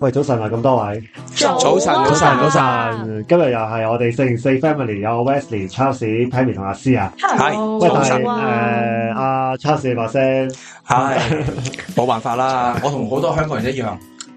喂，早晨啊，咁多位，早晨啊早晨早晨嗯今日又係我哋四零四 family 有 Wesley、Charles、Pammy 同阿詩啊。 Hello，喂，早但係晨啊誒阿 Charles 你把聲， 系冇辦法啦，我同好多香港人一樣，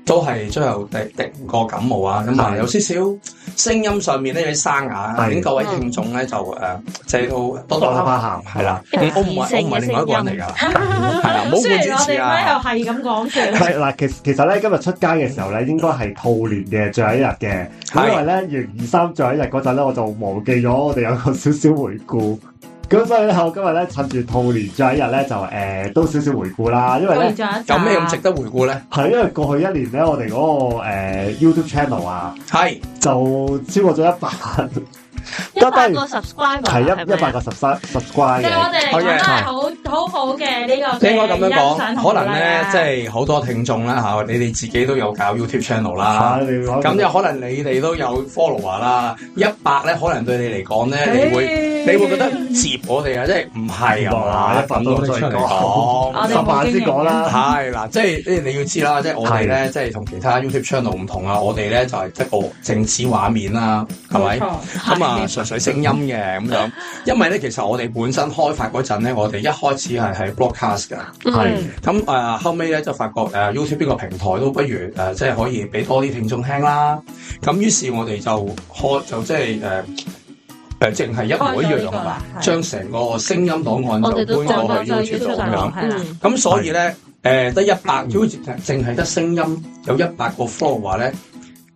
都係最後滴滴過感冒啊，咁啊係有少少聲音上面咧有啲沙啞，啊係咁各位聽眾咧就誒借到多多多多啦，包涵。係啦，有我唔係磁性我嘅唔係另外一個人嚟 㗎，係啦，唔好雖換然主我持哋啊，咪又係咁 講嘅，係嗱，其其實咧今日出街嘅時候咧，應該係兔年嘅最後一日嘅，咁因為咧二零二三最後一日嗰陣咧，我就忘記咗我哋有個少少回顧，咁所以咧我今日咧趁住兔年最後一日咧就誒、都少少回顧啦，因為咧對咗一集有咩咁值得回顧咧？係因為過去一年咧我哋嗰、個、呃、YouTube channel 啊係就超過咗一百，一百個係 subscriber 係一咪一百個 subscribe 嘅啊對我。哋嚟講都係好好好嘅呢個嘅應該咁樣欣賞講，同可能咧鼓勵啊即係好多聽眾啦嚇，你哋自己都有搞 YouTube channel 啦。啊你哋講咁有可能你哋都有 follower 啦，一百咧可能對你嚟講咧，你會誒你會覺得接我哋啊，即係唔係啊嘛？哇100都咁出嚟我講，哋十冇萬先講啦，係嗱，即係你要知啦，即係我哋咧，即係同其他 YouTube channel 唔同啊，我哋咧就係得個靜止畫面啦，係咪？冇錯咁啊，純粹聲音嘅咁樣，因為咧其實我哋本身開發嗰陣咧，我哋一開始係喺 broadcast 㗎。係嗯咁誒、呃、後尾咧就發覺誒、呃 YouTube 呢個平台都不如誒、呃即係可以俾多啲聽眾聽啦。咁於是我哋就開就即係誒誒，淨係一模一開咗呢樣個啊啦嘛，係將成個聲音檔我哋案就都搬過去就就 YouTube YouTube 咁樣。係啦嗯咁所以咧誒得一百 YouTube 淨係得聲音有一百個 follow 話咧，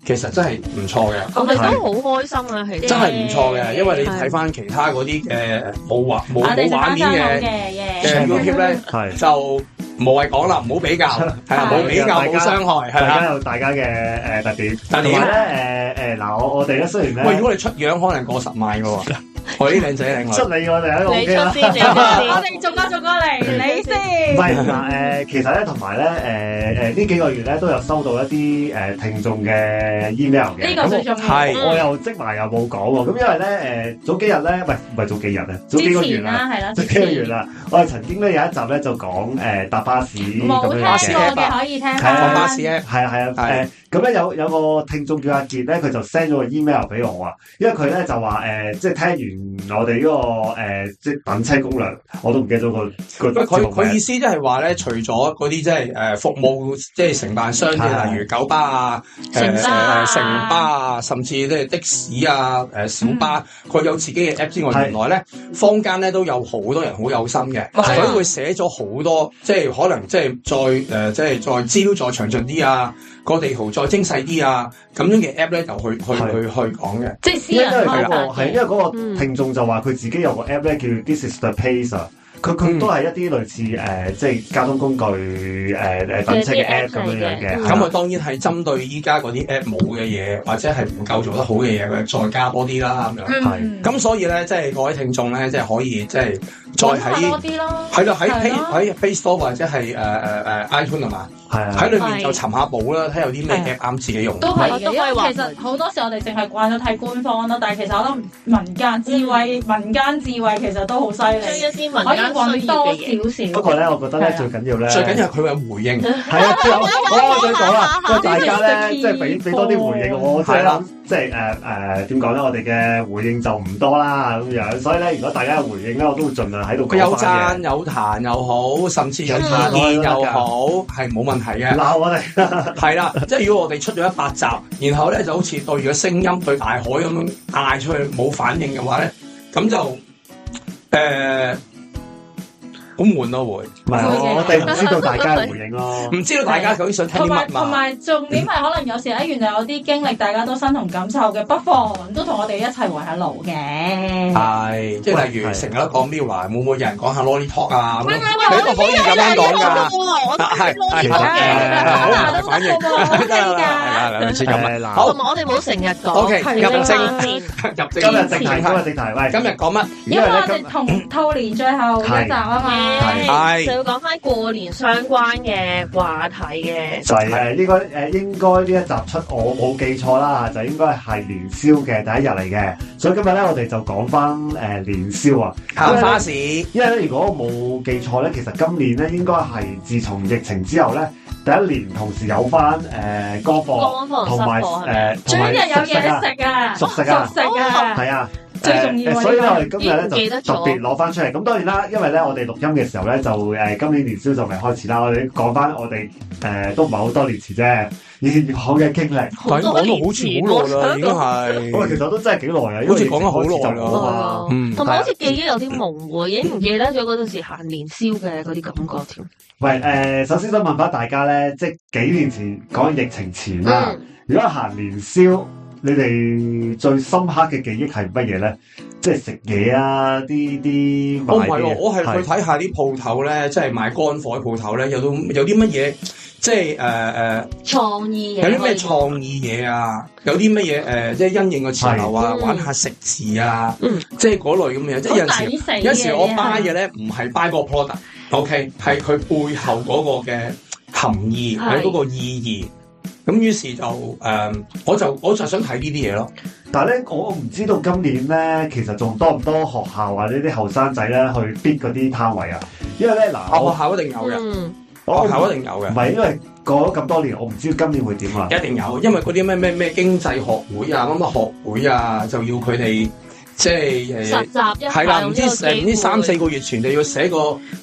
其實真係唔錯嘅。我哋都好開心啊，其真實係唔錯嘅，因為你睇翻其他嗰啲嘅冇畫冇我哋冇就畫翻香港面 嘅嘅嘅呃 YouTube 咧，係，就無謂講啦，唔好 比較，係啦，冇比較大家冇傷害，係大啦。家有大家嘅誒特點，特同點埋咧誒誒嗱，我我哋咧雖然喂，咧如果你出樣可能過十 萬嘅喎，我啲靚仔靚出女，你我哋喺度你 OK 出啦。先，你出我啊先，哋逐個逐個嚟，你唔先。係嗱誒，其實咧同埋咧誒誒呢幾個月咧都有收到一啲誒聽眾嘅 email 嘅，呢個最咁重要。係我我又積埋又冇講喎，咁因為咧誒早幾日咧，喂唔係早幾日啊，早幾個之月前啦，啦，係 啦，早之幾個月前啦，我哋曾經咧有一集咧就講誒搭巴士冇咁聽樣嘅。過嘅可以聽係放啊巴翻。士 app，係啊係啊，係誒咁咧有有個聽眾叫阿傑咧，佢就 send 咗個 email 俾我啊，因為佢咧就話誒、即係聽完我哋呢、個誒、即係等車攻略，我都唔記得咗個個喂佢節目佢名意思即係話咧，除咗嗰啲即係誒服務即係承辦商係嘅，例如九巴啊、城巴啊誒城巴啊，甚至即係的士啊、誒小巴，佢有自己嘅 app 之係外，原來咧坊間咧都有好多人好有心嘅，哇所以會寫咗好多，即係可能即係再誒，即係再資料再詳盡啲啊，個地圖再精細啲啊，咁樣嘅 app 咧就去去係去去講嘅。即係私因為人因為嗰開個發係因嘅，為嗰個嗯聽眾就話佢自己有個 app 咧叫 This is the Pace 啊。佢佢嗯都係一啲類似誒、即係交通工具誒誒、等車嘅嘅 app app 咁樣樣嘅，嚟嘅係啦咁佢當然係針對依家嗰啲 app 冇嘅嘢，或者係唔夠做得好嘅嘢，佢再加多啲啦咁樣。嗯係咁所以咧，即係各位聽眾咧，即係可以即係再揾多喺啲咯。係啦，喺係 Play 咯喺 Play Store 或者係誒誒誒 iTunes 啊嘛，係啊喺裏面係就尋下寶啦，睇有啲咩 app 係啱自己用。都都係嘅，可以因話為其實好多時我哋淨係慣咗睇官方啦，但係其實我諗民間智慧、民間智慧其實都好犀將利，一啲可民以間需揾要多嘅嘢。少少。不過咧，我覺得咧係啊最緊要咧，最緊要係佢有回應，嗯係啊，即係我我想講啦，喂啊大家咧，即係俾俾多啲回應我，即係係啦諗，即係誒誒點講咧，我哋嘅回應就唔多啦咁樣，所以咧，如果大家有回應咧，我都會盡量喺度佢有講翻讚有彈又好，甚至有意嗯見又好，係冇問題嘅。嘅。鬧我哋係啦，即係如果我哋出咗一百集，然後咧就好似對住個聲音對大海咁樣嗌出去冇反應嘅話咧，咁就誒好悶咯會。唔係我我哋唔知道大家嘅回應咯。唔知道大家究竟想聽啲同埋乜同嘛？埋重點係可能有時咧，原來有啲經歷大家都身同感受嘅，不妨都同我哋一齊圍下爐啊嘅。係，嗯即係例如係成日都講 Mirror，會唔會有人講下 Lolly Talk 啊？咁喂樣喂喂你都可以咁樣講㗎。我都係係係啊好係大反應，係得啦，係啊啦，類似咁啦。誒嗱，好同埋我哋冇成日講 OK，係啊入啦正入今日正正題，今日正題，喂，今日講乜？因為我哋同兔年最後一集啊嘛，係係係就要講翻過年相關嘅話題嘅，就係誒呢個誒應該呢一集出我冇記錯啦，就應該係年宵嘅第一日嚟嘅，所以今日咧我哋就講翻誒年宵啊。行花市因為咧，如果我冇記錯咧，其實今年咧應該係自從疫情之後咧，第一年同時有翻誒歌哦課光房同失埋火係咪？誒最同埋緊有熟食啊，嘢食啊，熟食啊熟食哦啊，係啊。最重要啊誒所以咧，呢我個哋今日咦唔記咧得就咗特別攞翻出嚟。咁當然啦，因為咧我哋錄音嘅時候咧就誒今年年宵就未開始啦。我哋講翻我哋誒都唔係好多年前啫，以往嘅經歷。好多但係講年前哎到好似好耐啦，已經喎係。咁啊，其實都真係幾耐啊，因為好似講咗好耐啦疫情開始就冇啊嘛。哦嗯同埋好似記憶有啲模糊，已經唔記得咗嗰陣時行年宵嘅嗰啲感覺添。喂，誒、首先想問翻大家咧，即係幾年前講疫情前啊啦，啊嗯，如果行年宵，你哋最深刻嘅記憶係乜嘢咧？即係食嘢啊，啲啲哦我唔賣係啲喎，嘢我係去睇下啲鋪頭咧，即係賣乾貨嘅鋪頭咧，有到有啲乜嘢，即係誒誒，呃創意有嘢。啲咩創意嘢啊，有啲乜嘢誒，即係因應個潮流啊，係嗯玩下食字啊，嗯即係嗰類咁嘅嘢。即係有陣時好抵死嘅有陣時我嘢 buy 啊嘅咧，唔係 buy 個 product，OK，、係佢背後嗰個嘅含義，係喺嗰個意義。咁於是就誒、我就我就想睇呢啲嘢咯。但係咧，我唔知道今年咧，其實仲多唔多學校或者啲後生仔咧去 bid 嗰啲攤位啊？因為咧嗱，我我學校一定有嘅，嗯，我哦學校啊一定有嘅唔。係因為過咗咁多年，我唔知道今年會點啊。一定有，因為嗰啲咩咩咩經濟學會啊，乜乜學會啊，就要佢哋即係呃誒實習一係下啦，有唔呢知個機會誒唔知三四個月前就要寫個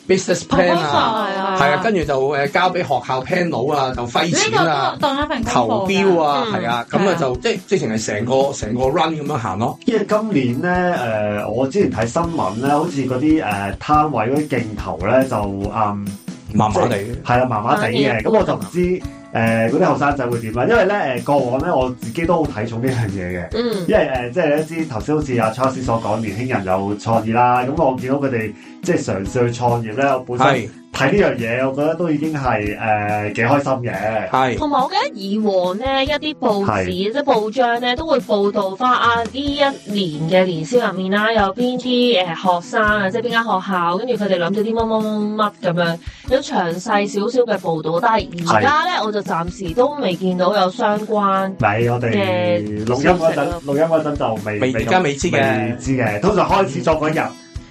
business plan 啊，啊係啊，跟住就誒交俾學校 panel 啊，就揮呢錢個啊都。當一份功課投標啊，嗯係啊，咁係啊啊就即係直情係成個成個 run 咁樣行咯。因為今年咧，誒、我之前睇新聞咧，好似嗰啲誒攤位嗰啲鏡頭咧就嗯麻麻地嘅。係啦，啊麻麻地嘅，咁我就唔知誒嗰啲後生仔會點啊啦，因為咧誒、過往咧我自己都好睇重呢樣嘢嘅。嗯，因為誒、即係你知頭先好似阿 Charles 所講，年輕人有創意啦。咁我見到佢哋即係嘗試去創業咧，我本身係睇呢樣嘢，我覺得都已經係誒幾開心嘅。係同埋我記得以往咧一啲報紙即係報章咧都會報導翻啊呢一年嘅年宵入面啦，有邊啲誒學生啊，即係邊間學校，跟住佢哋諗咗啲乜乜乜乜咁樣，有詳細少少嘅報導。但係而家咧，我就暫時都未見到有相關。咪我哋嘅錄音嗰陣，錄音嗰陣就未未而家未知未嘅，知嘅。通常開始作嗰日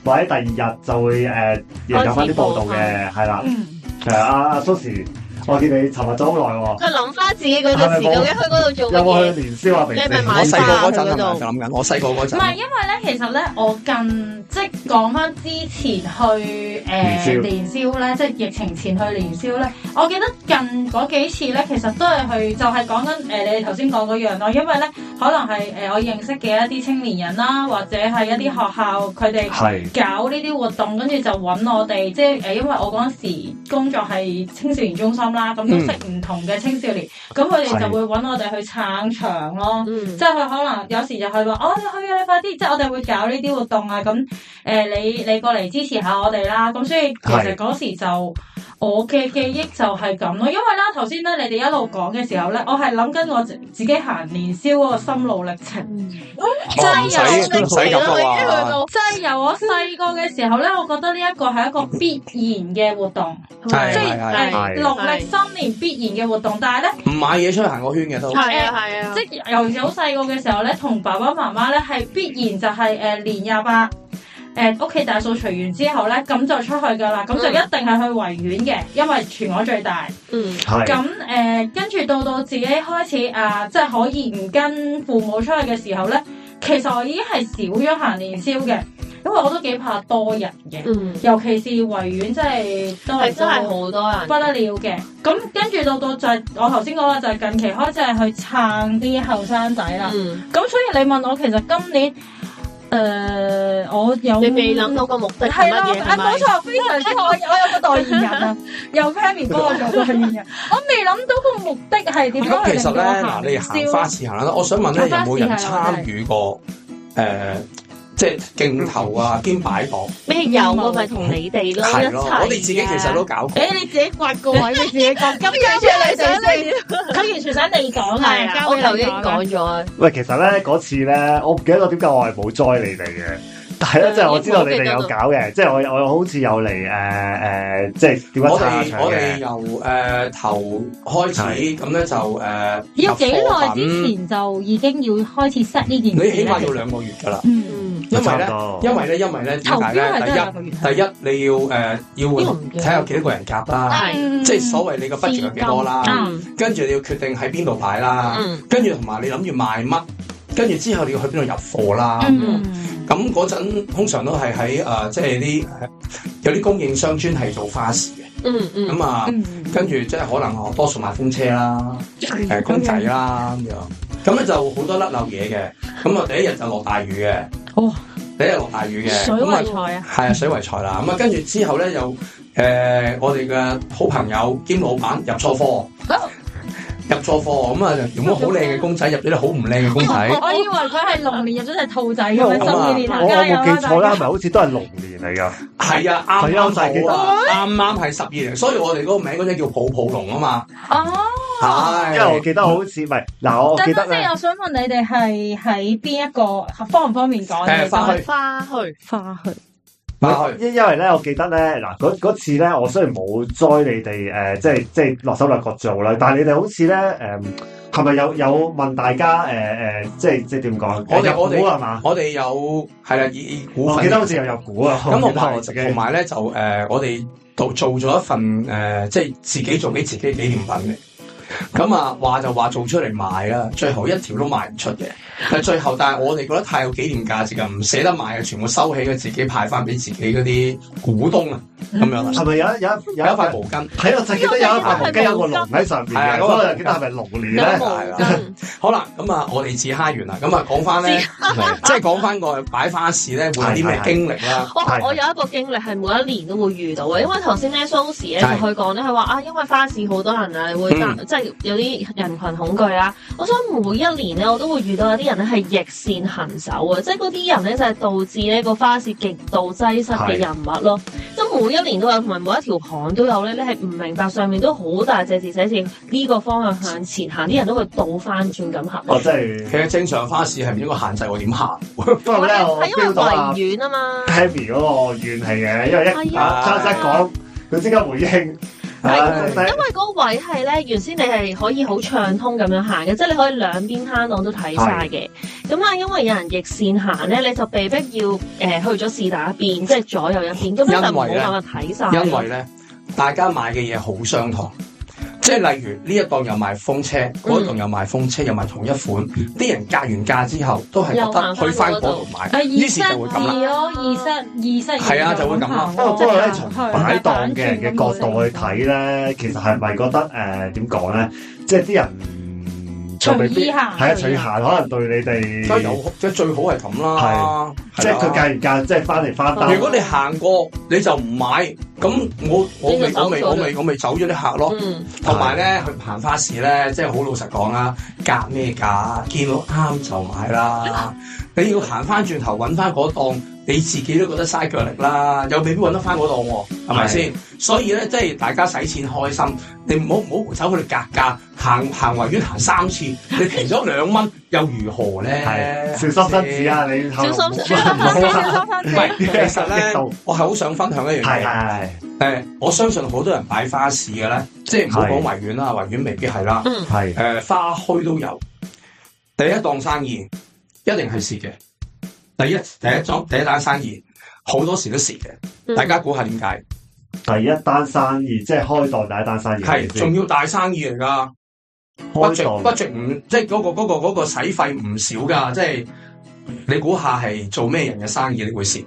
或者第二日就會誒有翻啲報導嘅，係啦。嗯，誒阿阿 Susie，我見你尋日咗好耐喎，佢諗翻自己嗰陣時，究竟去嗰度做有冇乜嘢？去年宵啊？平你係咪我買時細個嗰陣係咪花去嗰度就諗緊？我細個嗰陣唔係因為咧，其實咧，我近即係講翻之前去誒、宵年宵咧，即係疫情前去年宵咧，我記得近嗰幾次咧，其實都係去就係講緊誒你哋頭先講嗰樣咯，因為咧可能係誒、呃我認識嘅一啲青年人啦，或者係一啲學校佢哋。係。搞呢啲活動，跟住就揾我哋，即係誒，呃因為我嗰陣時工作係青少年中心啦，咁都嗯識唔同嘅青少年，咁佢哋就會揾我哋去撐場咯。嗯即係佢可能有時就係話，哦，你去啊，你快啲！即係我哋會搞呢啲活動啊，咁誒、你你過嚟支持下我哋啦。咁所以其係實嗰時就我嘅記憶就係咁咯。因為咧頭先咧你哋一路講嘅時候咧，我係諗緊我自己行年宵嗰個心路歷程。哦唔使真係有唔使咁啊嘅話。即係由我細個嘅時候咧，我覺得呢一個係一個必然嘅活動，係即係啊係誒係農曆新年必然嘅活動。但係咧，唔買嘢出去行個圈嘅都。係啊係啊，即係尤其是好細個嘅時候咧，同爸爸媽媽咧係必然就係、誒、年廿八。誒屋企大掃除完之後咧，咁就出去㗎啦，咁就一嗯定係去維園嘅，因為全港最大。嗯係咁誒，呃跟住到到自己開始啊，即係可以唔跟父母出去嘅時候咧，其實我已經係少咗行年宵嘅，因為我都幾怕多人嘅，嗯，尤其是維園真係都係係真係好多人不。得了嘅。咁跟住到到就係我頭先講嘅，就係近期開始係去撐啲後生仔啦。嗯，咁所以你問我其實今年誒、呃我有你未諗到個目的係係乜啦，嘢啊係咪冇？錯，非常之好，我有我有個代言人 啊，有 Pammy 幫我做代言人，我未諗到個目的係點樣咁去其實令咧，到嗱，我行你行花銷。市行啦，我想問咧，有行花市冇人係啊參與過誒，即係鏡頭啊兼擺檔？咩有我咪同你哋咯，一係齊咯，啊我哋自己其實都搞過。誒你自己刮個位，你自己講。 咁佢你想你佢完全想你講係啊，啊！我頭已先經講咗啊，喂，其實咧嗰次咧，我唔記得咗點解我係冇 join 你哋嘅，係啊，即係我知道你哋有搞嘅，即係我我好似有嚟誒誒，即係點樣我撐下哋場我啊哋嘅，由誒頭開始，咁咧就誒要幾耐之入貨品前就已經要開始 set 呢件事你咧？起碼要兩個月㗎啦，嗯，嗯，因為差唔咧。多因為咧，因為咧，點投解標係咧？真係第兩個一，月。第一你要誒、呃要呢個唔記睇得下幾多個人夾啦，係嗯即係所謂你個 budget 有幾多啦，嗯跟住你要決定喺邊度擺啦，嗯跟住同埋你諗住賣乜，跟住之後你要去邊度入貨啦。嗯咁嗰陣通常都係喺誒，即係啲呃有啲供應商專係做花市嘅，嗯嗯，咁啊，嗯跟住即係可能我多數賣風車啦， 誒公仔啦咁樣，咁咧就好多甩漏嘢嘅。咁啊，第一日就落大雨嘅，哦，第一日落大雨嘅，水咁啊為菜啊，係啊，水為財啦。咁啊，跟住之後咧，又誒、呃我哋嘅好朋友兼老闆入錯貨，哦入錯貨咁啊，原本好靚嘅公仔入咗啲好唔靚嘅公 仔，我以為佢係龍年入咗隻兔仔咁因為樣，我咁啊十二年我我行冇街有記錯啦，係咪好似都係龍年嚟㗎？係啊，啱係啊啱我就係記好得啊，啱啱係十二年，所以我哋嗰個名嗰隻叫抱抱龍啊嘛，哦，係，因為我記得好似唔係嗱，我記得等等咧先，。我想問你哋係喺邊一個方唔方便講？誒花墟花去花去，啊因因為咧，我記得咧，嗱嗰嗰次咧，我雖然冇 join 你哋誒、呃即係即係落手落腳做啦，但係你哋好似咧誒，係、咪有有問大家誒誒、呃即係即係點講？我哋入我哋股係嘛？我哋有係啦，以以股我份哦記得好似有入股啊。咁我同記得埋我自己同埋咧就誒、呃我哋做做咗一份誒、呃即係自己做俾自己紀念品嘅。咁啊，話就話做出嚟賣啦，最後一條都賣唔出嘅。但係最後，但係我哋覺得太有紀念價值啊，唔捨得賣啊，全部收起佢，自己派翻俾自己嗰啲股東啊，咁樣啦。係咪有一有一有有一一塊塊？毛巾，係我就記得有一塊毛巾有個龍喺上邊係啊嘅，嗰個咁我就記得係咪龍年有咧？毛巾，好啦，咁啊，我哋自嗨完啦，咁啊，講翻咧，即係講翻個擺花市咧，會有啲咩經歷啦？我係哦我有一個經歷係每一年都會遇到嘅，因為頭先咧 Sosze 咧就係佢講咧，佢話啊，因為花市好多人啊，會嗯即係有啲人群恐懼啦。我想每一年咧，我都會遇到有啲人咧係逆善行手啊，即係嗰啲人咧就係導致呢個花市極度擠塞嘅人物咯。即係每一年都有，同埋每一條巷都有咧，你係唔明白上面都好大隻字寫住呢個方向向前行，啲人都會倒翻轉咁行。我真係其實正常花市係唔應該限制我點行，不過咧，我係因為飆到啊維園啊嘛， Pammy 嗰個怨氣嘅，因為一係啊。啊差一講，佢即刻回應，係，唉因為嗰個位係咧，原先你係可以好暢通咁樣行嘅，即係你可以兩邊攤檔都睇晒嘅。咁啊，因為有人逆線行咧，你就被逼要誒、呃去咗是但一邊，即係左右一邊，咁你就冇辦法睇晒。啊因為咧，大家買嘅嘢好相同，即係例如呢一檔又賣風車，嗰一檔又賣風車，又賣同一款，啲人格完價之後都係覺得去翻嗰度買，係於二是室就會咁啦。二咯，二室二室係啊就會咁啦啦。不過不過咧，從擺檔嘅人嘅角度去睇咧，其實係咪覺得誒點講咧？即係啲人嗯就未隨必意係行，啊，隨閒可能對你哋所以有即係最好係咁啦，即係佢計唔計，即係翻嚟翻如兜。果你行過你就唔買，咁我我咪我咪我咪我咪走咗啲客咯。嗯，同埋咧去行花市咧，即係好老實講啦，夾咩價，見到啱就 買啦。你要行翻轉頭揾翻嗰檔，你自己都覺得嘥腳力啦，又未必揾得翻嗰檔喎，係咪先？所以咧，即係大家使錢開心，你唔好唔好走去格價，行行維園行三次，你平咗兩蚊又如何咧？係小心身子！啊！你小心唔好小啊心唔翻 車係，其實咧，我係好想分享一樣係嘢。係誒，我相信好多人擺花市嘅咧，即係唔好講維園啦，維園未必係啦。係誒、呃花墟都有。第一檔生意一定係蝕嘅，第一第一檔第一單生意好多時都蝕嘅，嗯大家估下點解？第一單生意，即係開檔第一單生意係仲要大生意嚟㗎，不開值檔不值唔即係嗰個嗰、個嗰、個使費唔少㗎，即係你估下係做咩人嘅生意你會蝕？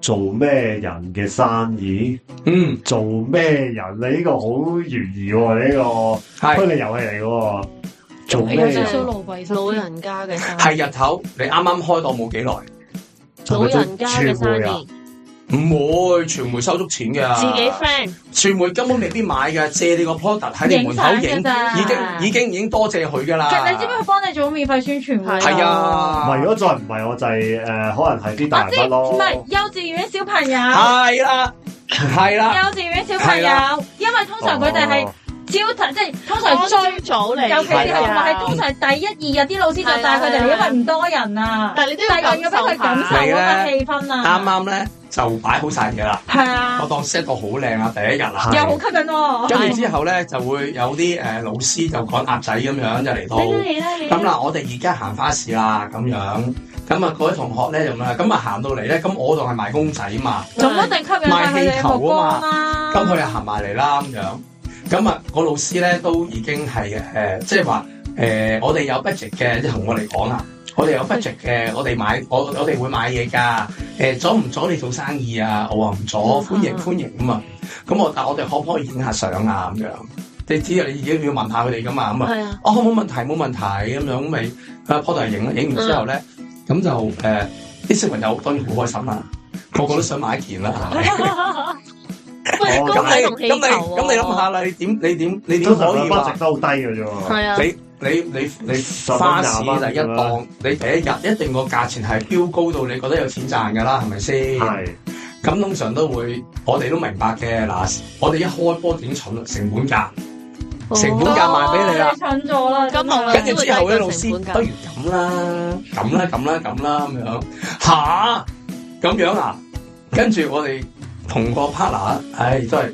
做咩人嘅生意？嗯，做咩人？你呢個好懸疑喎！你呢個係推理遊戲嚟嘅喎。做咩係人啊？老鬼老人家嘅生係日頭你啱啱開檔冇幾耐，老人家嘅生傳媒啊意，唔會傳媒收足錢㗎，自己 friend 傳媒根本未必買㗎，借你個 product 喺你門口影影相㗎，咋已經已啊經已經多謝佢㗎啦。啊其實你知唔知佢幫你做免費宣傳會？係啊，唔係，如果再唔係我就係誒，可能係啲大我知，人物咯。唔啊係幼稚園小朋友。係啦，係啦，幼稚園小朋啊係啦啊友，因為通常佢哋係哦朝頭即係通安常最朝早嚟，尤其是同埋係啊係通常係第一二日啲老師就帶佢哋嚟，係啊係啊因為唔多人啊，但係你都第要二日要俾佢感受你嗰個咧氣氛啊，啱啱咧就擺好晒嘢啦，係啊我，當 set 到好靚啊啦，第一日啦係。又好吸引喎，跟住之後咧就會有啲誒、呃老師就趕鴨仔咁樣就嚟到。你啦你咁嗱，我哋而家行花市啦，咁樣。咁啊，各位同學咧咁啦，咁啊行到嚟咧，咁我仲係賣公仔嘛，總一定吸引晒佢哋嘅目光啊啦。啊咁佢又行埋嚟啦咁樣。咁啊，個老師咧都已經係誒、呃即係話誒，我哋有 budget 嘅，即係同我哋講啦，我哋有 budget 嘅，我哋買我我哋會買嘢㗎。誒、阻唔阻你做生意啊？我話唔阻，歡迎歡迎咁啊。咁我但我哋可唔可以影下相啊？咁樣，你知啊，你已經要問下佢哋㗎嘛，咁啊。係啊，哦，冇問題，冇問題，咁樣咪啊 p o t 影啦，影完之後咧，咁就誒啲小朋友當然好開心啦，個個都想買一件啦，係咪？喂，哦高咁水你同氣咁球你喎咁你諗下啦，你點你點你點通常可以兩班話值都好低嘅啫喎。係啊，你你你你十蚊花市廿蚊第一咁樣檔，你第一日一定個價錢係飆高到你覺得有錢賺㗎啦，係咪先？係咁通常都會，我哋都明白嘅嗱，我哋一開波已經蠢啦，成本價，成本價賣俾你啦。蠢咗啦，咁我跟住之後咧，老師成本㗎不如咁啦，咁啦，咁啦，咁啦，咁樣吓，咁樣啊？跟住我哋同個 partner，唉，真係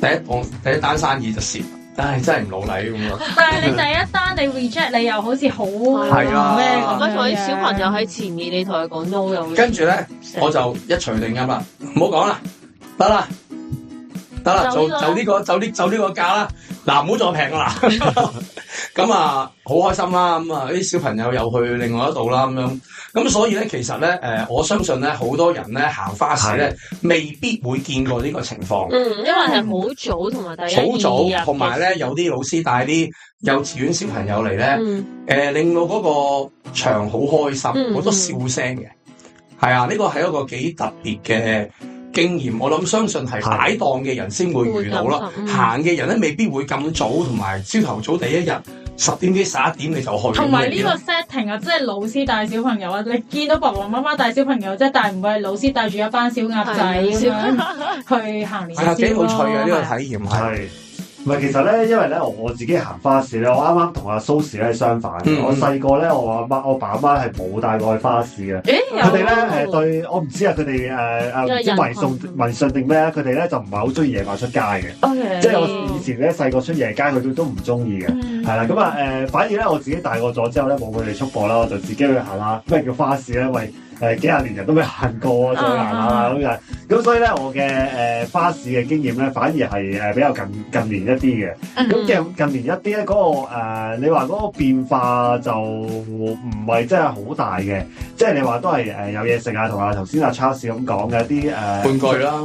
第一檔第一單生意就蝕，唉，真係唔老禮咁啊！但係你第一單你 reject 你又好似好係啊咩咁樣喂，同啲小朋友喺前面，你同佢講 no 又會跟住咧，嗯我就一錘定音啦，唔好講啦，得啦，得啦，就就呢個啦就呢個就呢就呢個價啦，嗱，唔好再平 啦，咁啊，好開心啦，咁啊，啲小朋友又去另外一度啦，咁樣，咁所以咧，其實咧，誒，我相信咧，好多人咧行花市咧，未必會見過呢個情況。嗯，因為係好早同埋第一好早二日，嘅啊同埋咧，有啲老師帶啲幼稚園小朋友嚟咧，嗯誒、呃令到嗰個場好開心，好、嗯多笑聲嘅，係啊，呢個係一個幾特別嘅經驗。我諗相信係係擺檔嘅人先會遇到啦會感受，嗯行嘅人咧未必會咁早，同埋朝頭早第一日十點幾十一點你就去。同埋呢個咁 setting 啊，即係老師帶小朋友啊，你見到爸爸媽媽帶小朋友，即係但唔會係老師帶住一班小鴨仔係啊咁小樣去行樣年係啊，幾宵有趣嘅呢個咯體驗係。係。唔係，其實咧，因為咧，我我自己行花市咧，我啱啱同阿蘇 Sir 咧相反嘅。嗯嗯我細個咧，我阿媽、我爸媽係冇帶我去花市嘅。誒佢哋有咧誒對，我唔知啊，佢哋誒誒唔知迷因為人信群迷信定咩咧？啊佢哋咧就唔係好中意夜晚出街嘅。 ，OK，即係我以前咧細個出夜街，佢哋都唔中意嘅。嗯係啦，咁啊誒，反而咧我自己大個咗之後咧，冇佢哋束縛啦，我就自己去行啦。咩叫花市咧？喂誒幾廿年人都未行過，再行下咁樣。咁所以咧，我嘅誒花市嘅經驗咧，反而係誒比較近近年一啲嘅。咁近近年一啲咧，嗰、個、呃、你話嗰個變化就唔係真係好大嘅，即係你話都係誒有嘢食啊，同埋頭先阿 Charles 咁講嘅啲誒玩具啦，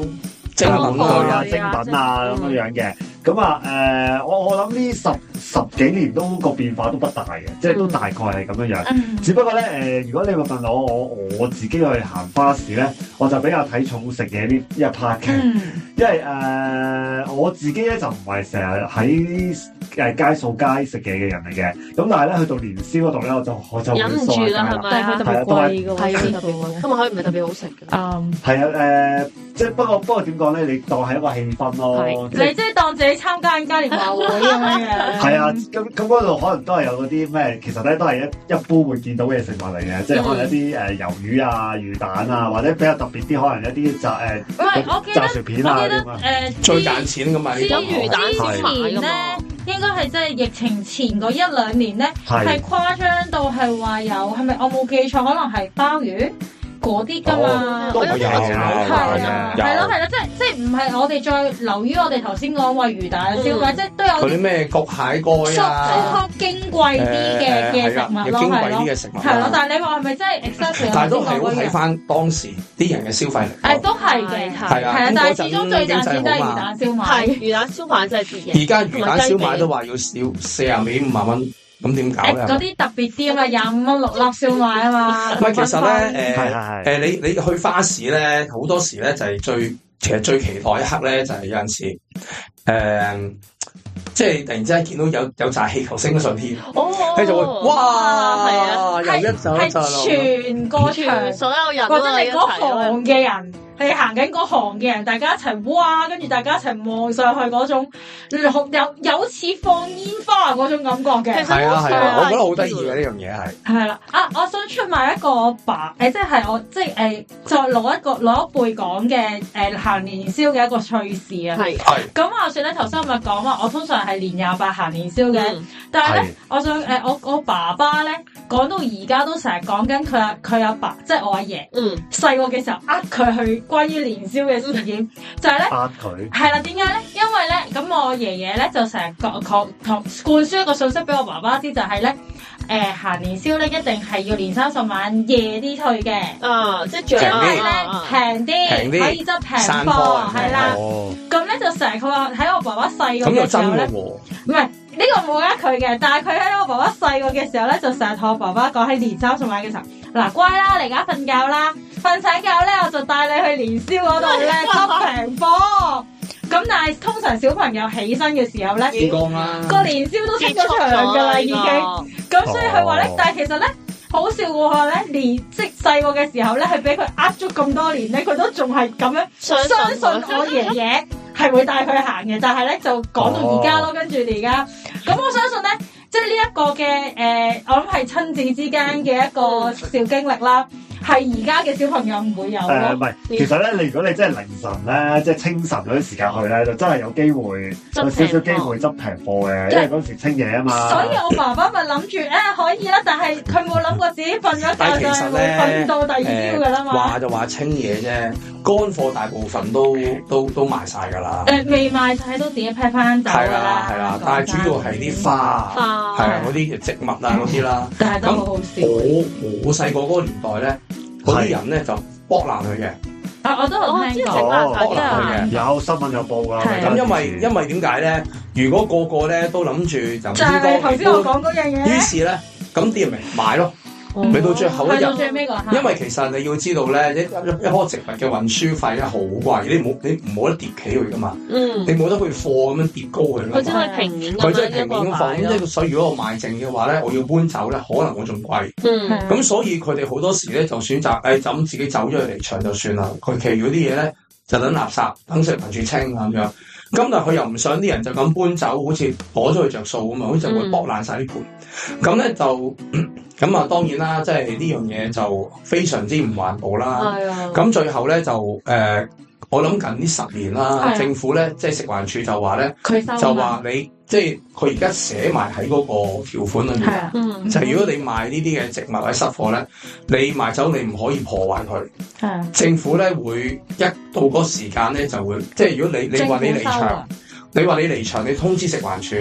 精品玩具類啊，啊、精品啊咁樣樣嘅。咁啊，誒、我我諗呢十十幾年都個變化都不大嘅，即係都大概係咁樣樣。嗯只不過咧，誒、如果你話問我，我我自己去行花市咧，我就比較睇重食嘢呢一 part 嘅，嗯因為誒、我自己咧就唔係成日喺誒街掃街食嘢嘅人嚟嘅。咁但係咧，去到年宵嗰度咧，我就我就會忍唔掃下住街啦，啦係咪但係佢啊特？別貴嘅係喎，啊真係特別貴。今日佢唔係特別好食嘅，嗯，係啊，誒、即係不過不過點講咧？你當係一個氣氛咯係，即你係即係當自己參加緊嘉年華會咁樣嘅。係啊，咁咁嗰度可能都係有嗰啲咩，其實咧都係一一般會見到嘅食物嚟嘅，即係可能一啲誒魷魚啊、魚蛋啊，或者比較特別啲，可能一啲炸誒唔係，我記得炸我薯片記啊得呃咁啊。誒最賺錢噶嘛呢之個有魚蛋先買之前㗎咧嘛，應該係即係疫情前嗰一兩年咧，係係誇張到係話有係咪？我冇記錯，可能係鮑魚嗰啲㗎嘛。我有有炒係啊，哦有係咯係咯，即係即係唔係我哋再留於我哋頭先講話魚蛋燒賣，即係都有嗯嗰啲啲咩焗蟹蓋啊，縮矜貴啲嘅誒嘅係食啊物有咯，矜貴係啲咯，嘅食物啊啦，係咯。但係你話係咪真係 exactly？ 但係都係好睇翻當時啲人嘅消費力咯。誒都啊係嘅，係係係啊啊，，但咁嗰係始終最賺陣錢經都濟係魚好嘛。蛋燒賣係。魚蛋燒賣真係啲嘢，而家魚蛋燒賣都話要少四廿幾五萬蚊，咁點搞誒咧？嗰啲特別啲啊嘛，廿五蚊六粒燒賣啊嘛。唔係其實咧，係誒係係誒，你你去花市咧，好多時咧就係最其實最期待一刻咧，就係有陣時誒，即係突然之間見到有有扎氣球升上天，哦，你就會係啊，哇！又一扎一扎落係全個場全所有人或都者係你一嗰齊咯啊行嘅人你行緊嗰行嘅人，大家一齊哇，跟住大家一齊望上去嗰種，有有似放煙花嗰種感覺嘅。其實係啊係係啊啊，我覺得好得意嘅呢樣嘢係。係啦，啊，我想出賣一個白，誒，即係我即係誒，再攞一個攞一輩講嘅誒行年宵嘅一個趣事啊。係係咁話說咧，頭先我咪講話，我通常係年廿八行年宵嘅。嗯但係咧係，我想誒、呃我我爸爸咧講到而家都成日講緊佢阿佢阿爸，即係我阿爺嗯細個嘅時候呃佢去關於年宵嘅事件，嗯就係咧。呃佢，係啦，點解咧？因為咧，咁我爺爺咧就成日講講同灌輸一個信息俾我爸爸知，就係咧，誒行年宵咧一定係要年三十晚夜啲去嘅，啊，即係因最平啲為咧啊平平啲，啲可以執平散貨貨，係啦。哦，咁咧就成日佢話喺我爸爸細個咁又嘅時真候咧嘅。喎，唔係呢個冇呃佢嘅，但係佢喺我爸爸細個嘅時候咧，就成日同我爸爸講喺年三十晚嘅時候，嗱乖啦，你而家瞓覺啦，瞓醒覺咧我就帶你去年宵嗰度咧執平波。咁但係通常小朋友起身嘅時候啊咧，天光啦，個年宵都出結束咗場㗎啦已經，呢咁所以佢話咧哦，但係其實咧。好笑喎！佢咧，年即係細個嘅時候咧，係俾佢呃足咁多年咧，佢都仲係咁樣個相相信信我爺爺係會帶佢行嘅，但係咧就講到而家咯，跟住而哦家，咁我相信咧，即係呢一個嘅誒、呃我諗係親子之間嘅一嗯個小經歷啦，係而家嘅小朋友唔會有誒唔咯，係，其實咧，你如果你真係凌晨咧，即係清晨嗰啲時間去咧，就真係有機會有少少機會執平貨嘅，因為嗰時清嘢嗯啊嘛。所以我爸爸咪諗住誒可以啦，但係佢冇諗過自己瞓咗但係覺其就係實會咧瞓到第二朝誒噶啦嘛，話就話清嘢啫，乾貨大部分都都都賣晒㗎啦誒、，未賣晒都自己批翻走㗎係啦啦，係啦，但係主要係啲花啊，花係啊嗰啲植物啊嗯嗰啲啦。但係都好好笑。我我細個嗰個年代咧，嗰啲係人咧就剝爛佢嘅。啊，我都哦有知聽道哦食。爛過粉可㗎能，有新聞有報㗎，係咁咪因為因為點解咧？如果個個咧都諗住就唔就係你頭先我講嗰樣嘢於，是咧咁啲人咪買咯。嗯咪到最後一去日到最尾嗰下，因為其實你要知道咧，一一一棵植物嘅運輸費咧好貴，你冇你冇得疊起佢噶嘛，嗯你，冇得去貨咁樣疊高佢佢噶真嘛。係平面佢咁真係樣平面一個啊咁放，擺咁咯即係所以如果我賣剩嘅話咧，我要搬走咧，可能我仲貴。嗯咁所以佢哋好多時咧就選擇誒就咁自己走咗去離場就算啦。佢其餘嗰啲嘢咧就等垃圾，等食環署清啊咁樣。咁但係佢又唔想啲人就咁搬走，好似攞咗佢着數咁啊，好似會剝爛晒啲嗯盤。咁咧就 咁啊，當然啦，即係呢樣嘢就非常之唔環保啦。係啊，咁最後咧就誒、呃我諗近呢十年啦啊係，政府咧即係食環署就話咧佢就收話你即係佢而家寫埋喺嗰個條款裏面係。啊，嗯就係如果你賣呢啲嘅植物或者濕貨咧，你賣走你唔可以破壞佢。係啊，政府咧會一到嗰個時間咧就會，即係如果你你話你離政府收場啊，你話你離場，你通知食環署，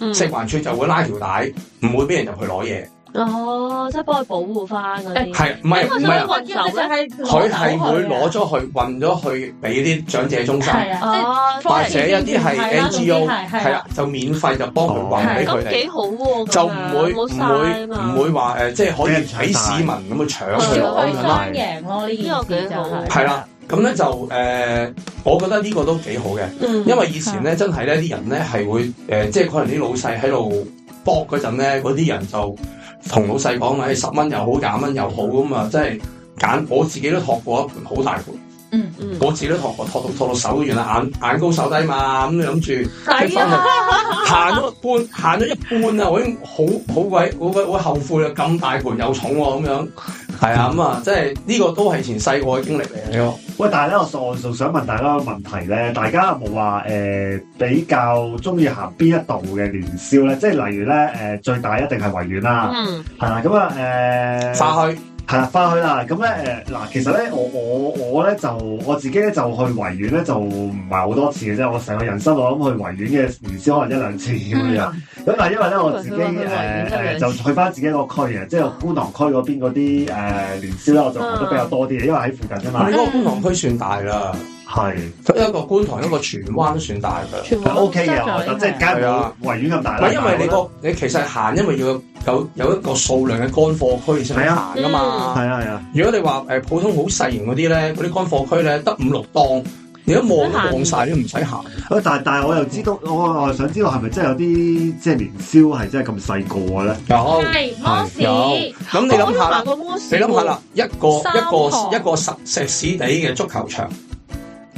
嗯食環署就會拉條帶，唔會俾人入去攞嘢。哦，即係幫佢保護翻嗰啲，係唔係咁我唔係想啊？問佢係會攞咗去運咗去俾啲長者中心，係啊啊，哦，即係或者一啲係係啦總之 NGO 係係係啦，啊就免費就幫佢運俾佢咁哋。幾好喎，就唔會啊唔冇啊會唔會，會話呃誒，即係可以俾市民咁去搶即佢攞係消咁費樣啦。雙贏咯呢件事就係啊係啊啦，咁咧就誒、呃我覺得呢個都幾好嘅，嗯，因為以前咧真係咧啲人咧係會誒、呃即係可能啲老細喺度搏嗰陣咧，嗰啲人就同老細講哎話，十蚊又好，廿蚊又好咁啊，即係揀我自己都托過一盤好大盤，嗯我自己都托過，托到托到手都軟啦，眼眼高手低嘛，咁諗住抵啊，行咗一半，行咗一半啊，我已經好 好鬼好鬼好後悔啦，咁大盤又重喎、咁樣，係啊，咁啊，即係呢個都係以前細個嘅經歷嚟嘅咯。喂，但係咧，我我仲想問大家個問題咧，大家有冇話誒比較中意行邊一度嘅年宵咧？即係例如咧誒、呃最大一定係維園啦，嗯係啦，咁啊誒花墟係啦，花墟啦，咁咧誒嗱，其實咧我我我咧就我自己咧就去維園咧就唔係好多次嘅啫，我成個人生我諗去維園嘅年宵可能一兩次咁樣。咁但係因為咧我自己佢話誒佢維園一兩誒次就去翻自己個區啊嘅，即係觀塘區嗰邊嗰啲誒年宵咧，我就行得比較多啲嘅，因為喺附近啊我哋嘛，嗰個觀塘區算大啦，係。一個觀塘一個荃灣都算大㗎。全部係 OK 嘅，我覺得即係嗯係街啊冇維園咁大啦。嗱，因為你個你其實行，因為要有有一個數量嘅乾貨區先可以行㗎嘛。係啊係啊，如果你話誒普通好細型嗰啲咧，嗰啲乾貨區咧得五六檔，你一望望晒都唔使行。啊但但係我又知道，我我又想知道係咪真係有啲即係年宵係真係咁細個嘅咧？有係摩士，有，咁你諗下啦，你諗下啦，一個三一行個一個石石屎地嘅足球場，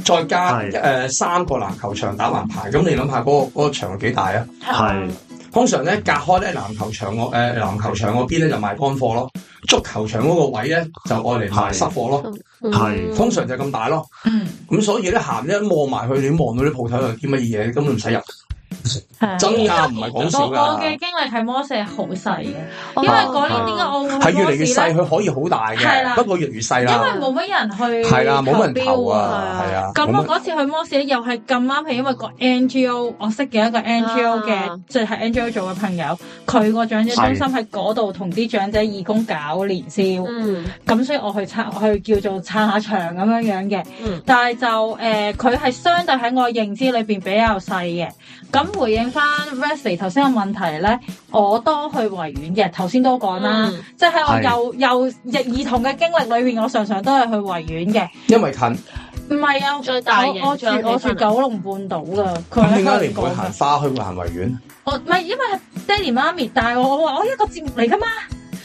再加係誒、三個籃球場打橫排，咁你諗下嗰個嗰、個場有幾大啊？係通常咧隔開咧籃球場我誒、籃球場嗰邊咧就賣乾貨咯，足球場嗰個位咧就愛嚟賣係濕貨咯。嗯係通常就咁大咯，嗯，咁所以咧行一望埋去，你望到啲鋪頭有啲乜嘢，根本唔使入。係真㗎，唔係講我笑我㗎嘅，經歷係摩士係好細嘅，因因為嗰年點解我係會去越摩嚟士越啊咧細，？佢可以好大係啦嘅，不過越嚟越細因啦。為冇乜人去，係啦冇乜人投啊投標係啊咁冇乜我嗰次去摩士咧，又係咁啱，係因為個 NGO，我識嘅一個 NGO 啊嘅，即係 NGO 做嘅朋友，佢個長者中心喺嗰度同啲長者義工搞年宵，嗯咁所以我去撐，去叫做撐下場咁樣樣嘅。嗯但係就誒，呃佢、係相對喺我認知裏邊比較細嘅。咁回應翻 Wesley 頭先嘅問題咧，我多去維園嘅，頭先都講啦，嗯即係喺我幼幼兒童嘅經歷裏邊，我常常都係去維園嘅。因為近。唔係啊，最大型我我住最我住最大九龍半島噶，佢咁點解你喺香唔會港行㗎。花墟會行維園？我唔係因為爹哋媽咪帶我，我話我呢個節目嚟噶嘛，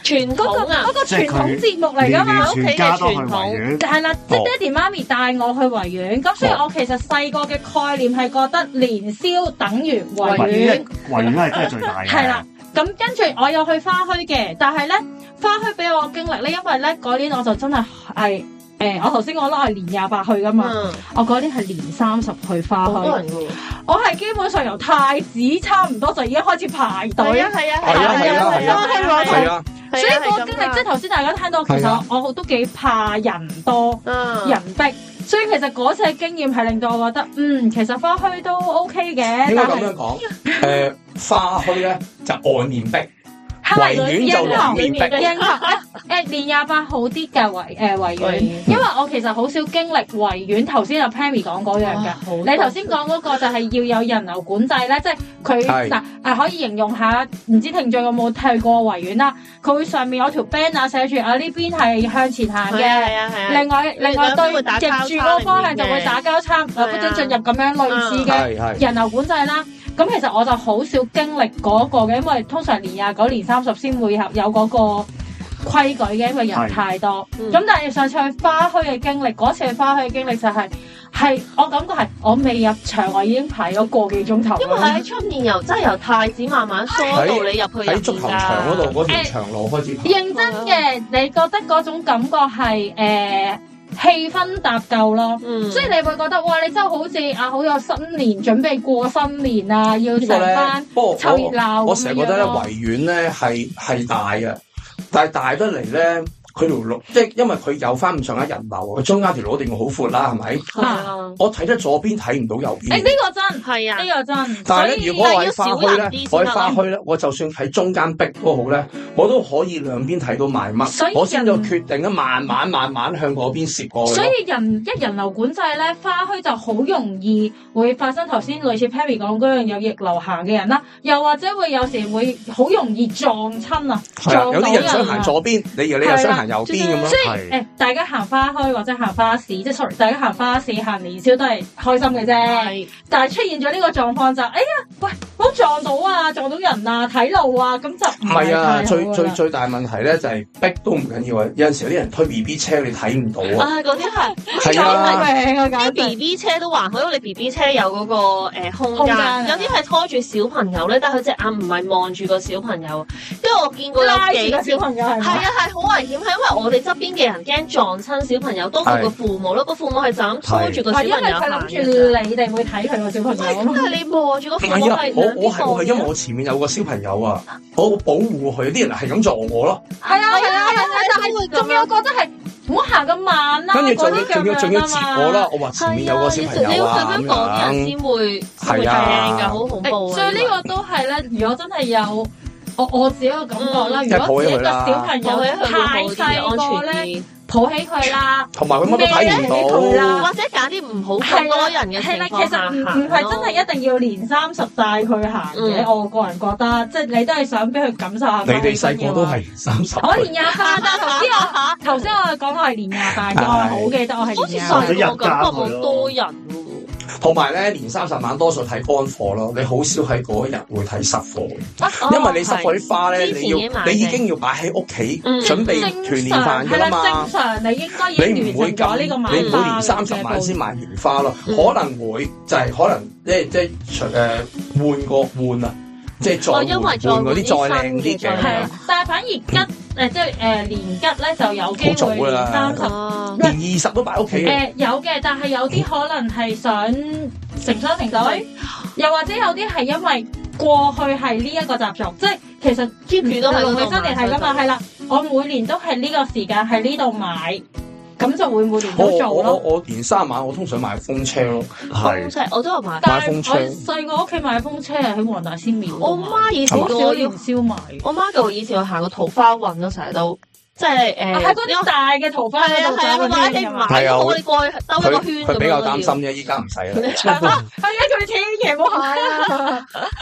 傳嗰、個統嗰、啊，個即係佢傳統節目嚟啊年噶嘛年。屋企全家都去嘅傳維統園，係啦，即哦係爹哋媽咪帶我去維園，咁哦所以我其實細個嘅概念係覺得年宵等於維維園園，維園係真係最大嘅。係啦。咁跟住我又去花墟嘅，但係咧花墟俾我經歷咧，因為咧嗰年我就真係係誒，我頭先講啦，我係年廿八去噶嘛，嗯，哦我嗰年係年三十去花好多墟，人噶喎，我係基本上由太子差唔多就已經開始排隊係啊。係啊係啊係啊係啊係啊係係啊啊，係啊，所以個經歷即係頭先大家聽到，其係啊實我我都幾怕人多。係人逼，所以其實嗰次嘅經驗係令到我覺得，嗯，其實花墟都 OK 嘅，應該但咁係樣講。誒，花墟咧就外面逼，係維園就認裡同面逼。認同誒誒年廿八好啲嘅維誒維園，因為我其實好少經歷維園，頭先阿 Pammy 講嗰樣㗎。好你頭先講嗰個就係要有人流管制咧，即係佢係嗱誒可以形容下，唔知聽眾有冇去過維園啦？佢會上面有條 banner 寫住啊呢邊係向前係啊行嘅。係啊係啊，另外另外兩邊會對打逆交叉住嗰個方向就會打交叉，係啊或者進入咁樣類似啊係嘅係人流管制啦。咁其實我就好少經歷嗰個嘅，因為通常年廿九、年三十先會有有嗰個規矩嘅，因為人太多。嗯咁但係上次去花墟嘅經歷，嗰次去花墟嘅經歷就係、係我感覺係我未入場，我已經排咗個幾鐘頭啦。因為喺出面由真係由太子慢慢疏導你入去入喺足球場嗰啊度嗰條長路開始跑。認真嘅，你覺得嗰種感覺係誒、呃、氣氛搭夠咯。嗯，即係你會覺得哇，你真係好似啊，好有新年準備過新年啊，要呢成個班咧，不過湊熱我鬧我咁成樣日覺得咧，咯維園咧係係大嘅，但係大得嚟咧，佢條路即係因為佢有翻咁上下人流，佢中間條路一定會好闊啦，係咪？係啊我睇得左邊睇唔到右誒邊。哎呢個真，係啊，呢個真。嗯但係所以咧，如果我喺花墟但係要少人咧啲，我喺先得花墟咧，我就算喺中間逼都好咧，我都可以兩邊睇到賣所以乜，我先就人決定咧，慢慢慢慢向嗰邊攝過去所咯。以人一人流管制咧，花墟就好容易會發生頭先類似 Pammy 講嗰樣有逆流行嘅人啦，又或者會有時會好容易撞親啊，係啊撞有到啲人想啊行左邊，你又你又係啦想行右邊咁咯即。係係嗯誒，大家行花墟或者行花市，即係 sorry，大家行花市、行年宵都係開心嘅啫。係但係出現咗呢個狀況就，哎呀，喂，我撞到啊，撞到人啊，睇路啊，咁就唔唔係係啊，太好最㗎最啦最大問題咧就係逼都唔緊要啊，有陣時有啲人推 B B 車你睇唔到啊。啊嗰啲係。係救啊，命啊，簡啲直 B B 車都還好，因為你 B B 車有嗰、個、呃、空空間，間啊有啲係拖住小朋友咧，但係佢隻眼唔係望住個小朋友。跟住我見過拉有住幾個次小，朋友係係咪？啊係好危險，係因為我哋側邊嘅人驚撞親小朋友，多過個父母咯。個父母係就咁拖住個小係朋因為友佢行諗嘅啫。住你哋會睇佢個哎小朋喂友啊咁哎嘛但。係你望住個唔父母係啊係，我我係兩邊我望係因為我前面有個小朋友啊，我保護佢，啲人係咁撞我咯，係啊係啊係啊，但都會係咁樣仲有覺得係唔好行咁慢啦，跟住嗰仲要啲仲要仲咁要樣截啊嘛。我啦，我話前面有個小朋你友要啊咁咁樣講啲人樣。先會先會係聽啊㗎，好恐怖啊！所以呢個都係咧，如果真係有我我自己嘅感覺啦，嗯如果自己個小朋我友喺佢會好太啲，細個安咧。全啲。抱起佢啦。同埋佢乜都咩咧你同睇唔啦到。或者揀啲唔好咁係多啦人嘅情係啦，其況下實唔唔係真係一定要年三十帶佢行嘅，嗯我個人覺得，即係你都係想俾佢感受下。你哋細個都。係三十，我年廿八啊！頭先我頭先我講我係年廿八嘅，我係好記得我係好年似廿細八。個細個感覺冇多人喎，同埋咧年三十晚多數睇乾貨咯，你好少喺嗰一日會睇濕貨，啊因為你濕貨啲花咧，哦之前你已經要買你已定經要擺喺屋企嗯準備團年飯㗎啦嘛正。常你應該已你經唔完會成咗咁，呢個買你唔會花年三十晚先買完花咯，嗯可能會就係可能即係即係誒換個換啊，即係再哦換因為換再換嗰啲再靚啲新嘅嘅啊再咁樣靚係，但係反而吉誒即係誒年吉咧就有機會年三十。啊連二十都擺屋企嘅，誒有嘅，但係有啲可能係想成雙成對，又或者有啲係因為過去係呢一個習俗，即係其實 keep 住都係農曆咁新年係噶嘛，係啦，我每年都係呢個時間喺呢度買，咁就會每年我都我做我咯。我年三十晚我通常買風車咯，係即係我都有買。但買風係車我細個屋企買風車係喺黃大仙廟，我哦媽以前好叫少我年要，宵買，我媽叫我以前要行個桃花運咯，成日都即啊係誒，喺啊嗰啲大嘅桃花係嗰啊度係啊，買佢話你唔嘛。買，我哋過去兜一啊佢個圈佢咁比較樣擔咯。心啫，依家唔 使啦。係啊，佢哋千祈唔好行。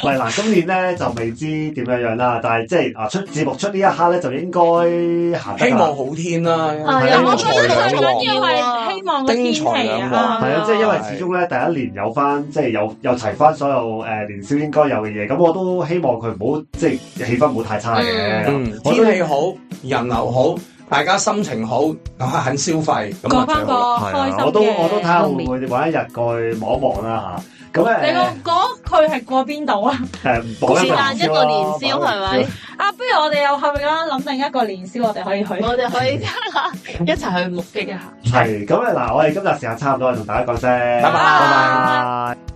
喂嗱，今年咧就未知點樣樣啦，但係即係啊出節目出呢一刻咧就應該行得希㗎啦望好天啦，係希啊望我我覺覺財得得兩最最旺緊要係希緊要係希望個個天天氣氣啊啊，係啊，即係因為始終咧第一年有翻，即係有有齊翻所有誒、呃年宵應該有嘅嘢，咁我都希望佢唔好即係氣氛唔好太差嘅。嗯，我天都氣好，人流好，大家心情好，咁啊肯消費，咁過啊最翻個好。開心嘅。我都我都睇下會唔會揾一日過去望一望啦嚇。咁你誒個嗰區係過邊度啊？誒唔講是但一個年宵係咪？啊，不如我哋又後面啦，諗另一個年宵，我哋可以去。我哋可以 一齊去目擊一下。係咁啊嗱，我哋今日時間差唔多，同大家講聲，拜拜拜拜